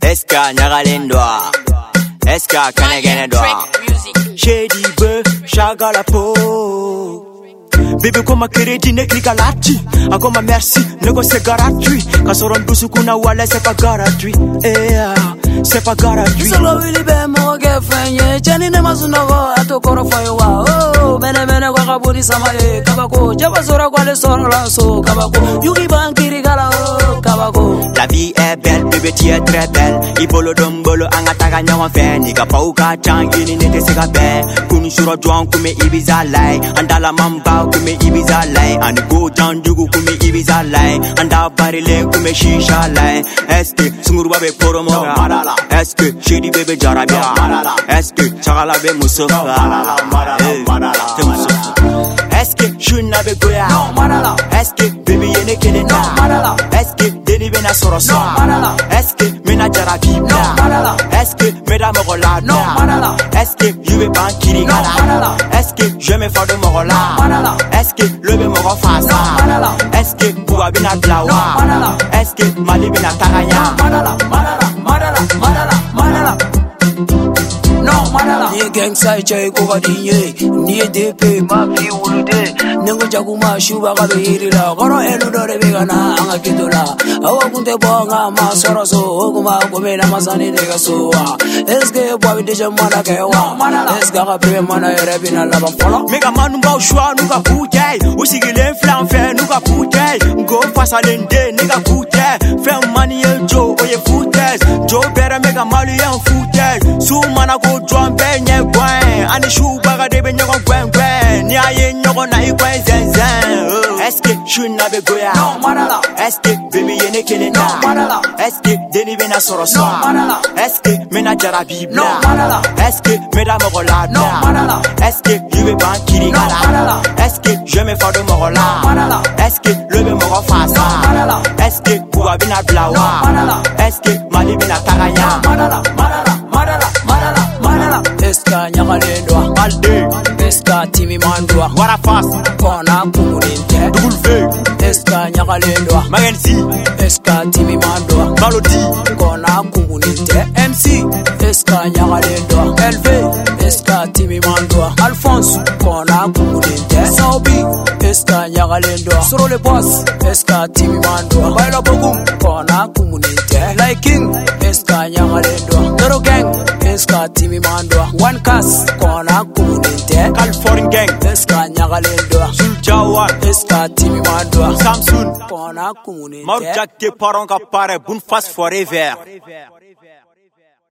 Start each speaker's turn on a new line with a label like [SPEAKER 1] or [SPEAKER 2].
[SPEAKER 1] Eska nyagalendwa Eska kanegenedwa Shady be shagala po Bibi koma kiriti ne kikalati Akoma merci nego c'est gratuit Kasoro ndusu kuna wale c'est pas gratuit Eh ah, c'est pas gratuit
[SPEAKER 2] solo wili be mogo kɛ fɛn ye cɛni ne ma sunɔgɔ a to kɔrɔ fɔ ye wa Oh, o mɛnɛmɛnɛ kɔ ka boli sama ye kabako jaba sɔrɔ k'ale sɔrɔla so kabako yugi b'an kiri kala o kabako
[SPEAKER 1] La vie est belle, bébé tu es très belle Ibolo dombolo anga taga nyawan fe Nika pa uka changini nete sika be Kuni shuro juan kume ibiza lai Andala mamba kume ibiza lai Ani go down jugu kume ibiza lai Anda barile kume shisha lai Eske sunguru babe poro mora Eske shidi bebe jarabia Eske chagala be muso Eh, te muso Eske shuna be goya Eske baby yene kene na Eske deni bena sɔrɔ
[SPEAKER 2] No, madala.
[SPEAKER 1] sa ɛske mena jara
[SPEAKER 2] No,
[SPEAKER 1] bibila
[SPEAKER 2] madala.
[SPEAKER 1] ɛske meda mɔgɔ
[SPEAKER 2] No,
[SPEAKER 1] lada
[SPEAKER 2] madala.
[SPEAKER 1] ɛske yu be ban kiri
[SPEAKER 2] No,
[SPEAKER 1] kala
[SPEAKER 2] madala.
[SPEAKER 1] ɛske je me fa do mɔgɔ la
[SPEAKER 2] madala.
[SPEAKER 1] ɛske lo be mɔgɔ
[SPEAKER 2] No,
[SPEAKER 1] fasa
[SPEAKER 2] madala.
[SPEAKER 1] ɛske buwa bena bila
[SPEAKER 2] No,
[SPEAKER 1] wa
[SPEAKER 2] madala.
[SPEAKER 1] ɛske mali bena taga ɲa
[SPEAKER 2] madala madala madala madala madala no madala ni ye gangsa ye cɛ ye ko ka di n ye ni ye dp ma fi wulude ni ko jakuma suba ka bɛ yiri la kɔrɔ elu dɔ de bɛ ka na an ka kito la aw kun tɛ bɔ n ka ma sɔrɔ so o kuma ko bɛ na masani de ka so wa eske bɔ a bɛ dɛsɛ mana kɛ wa eske a ka pere mana yɛrɛ bɛ na laban fɔlɔ
[SPEAKER 1] me ka manubaw suwa n'u ka kuu tɛ u sigilen filan fɛ n'u ka kuu tɛ ngo fasalen den ne ka kuu tɛ fɛn mani ye jo o ye fu tɛ jo bɛrɛ me ka maliyɛn fu tɛ su mana ko jɔn bɛɛ ɲɛ gwɛn ani su baga de bɛ ɲɔgɔn gwɛngwɛn ni a ye ɲɔgɔn na i gwɛn zɛnzɛn ɛske su na bɛ goya
[SPEAKER 2] madala
[SPEAKER 1] ɛske bebi ye ne kelen
[SPEAKER 2] No,
[SPEAKER 1] na
[SPEAKER 2] madala.
[SPEAKER 1] ɛske deni bena sɔrɔ sa
[SPEAKER 2] madala.
[SPEAKER 1] ɛske mena jara bi
[SPEAKER 2] No,
[SPEAKER 1] bila
[SPEAKER 2] madala.
[SPEAKER 1] ɛske meda mɔgɔ
[SPEAKER 2] No,
[SPEAKER 1] lada
[SPEAKER 2] madala.
[SPEAKER 1] ɛske yu be ban kiri
[SPEAKER 2] No,
[SPEAKER 1] kala
[SPEAKER 2] madala.
[SPEAKER 1] ɛske je me fa do mɔgɔ la
[SPEAKER 2] madala.
[SPEAKER 1] ɛske lo be mɔgɔ fasa
[SPEAKER 2] No, madala.
[SPEAKER 1] ɛske kuwa bena bila
[SPEAKER 2] No,
[SPEAKER 1] wa
[SPEAKER 2] madala.
[SPEAKER 1] ɛske mali bena taga ɲa
[SPEAKER 2] madala madala madala madala madala eske a ɲagalen don wa?
[SPEAKER 1] malde
[SPEAKER 2] eska timi mandwa
[SPEAKER 1] warafas
[SPEAKER 2] kona kumulinte
[SPEAKER 1] dugul ve
[SPEAKER 2] eska nyagalendwa
[SPEAKER 1] magensi
[SPEAKER 2] eska timi mandwa
[SPEAKER 1] malodi
[SPEAKER 2] kona kumulinte mc eska nyagalendwa lv eska timi mandwa alphonse kona kumulinte saubi eska nyagalendwa sorole bos eska timi mandwa baila bogum kona kumulinte liking eska nyagalendwa doro gang eska timi mandwa one cas kona kumulinte
[SPEAKER 1] kalforin geng
[SPEAKER 2] eska nyagalendwa
[SPEAKER 1] suljawar
[SPEAKER 2] eska timi mandwa
[SPEAKER 1] samsun
[SPEAKER 2] kona kumuni
[SPEAKER 1] Marou Jack tes parents qui apparaît, bonne face forever.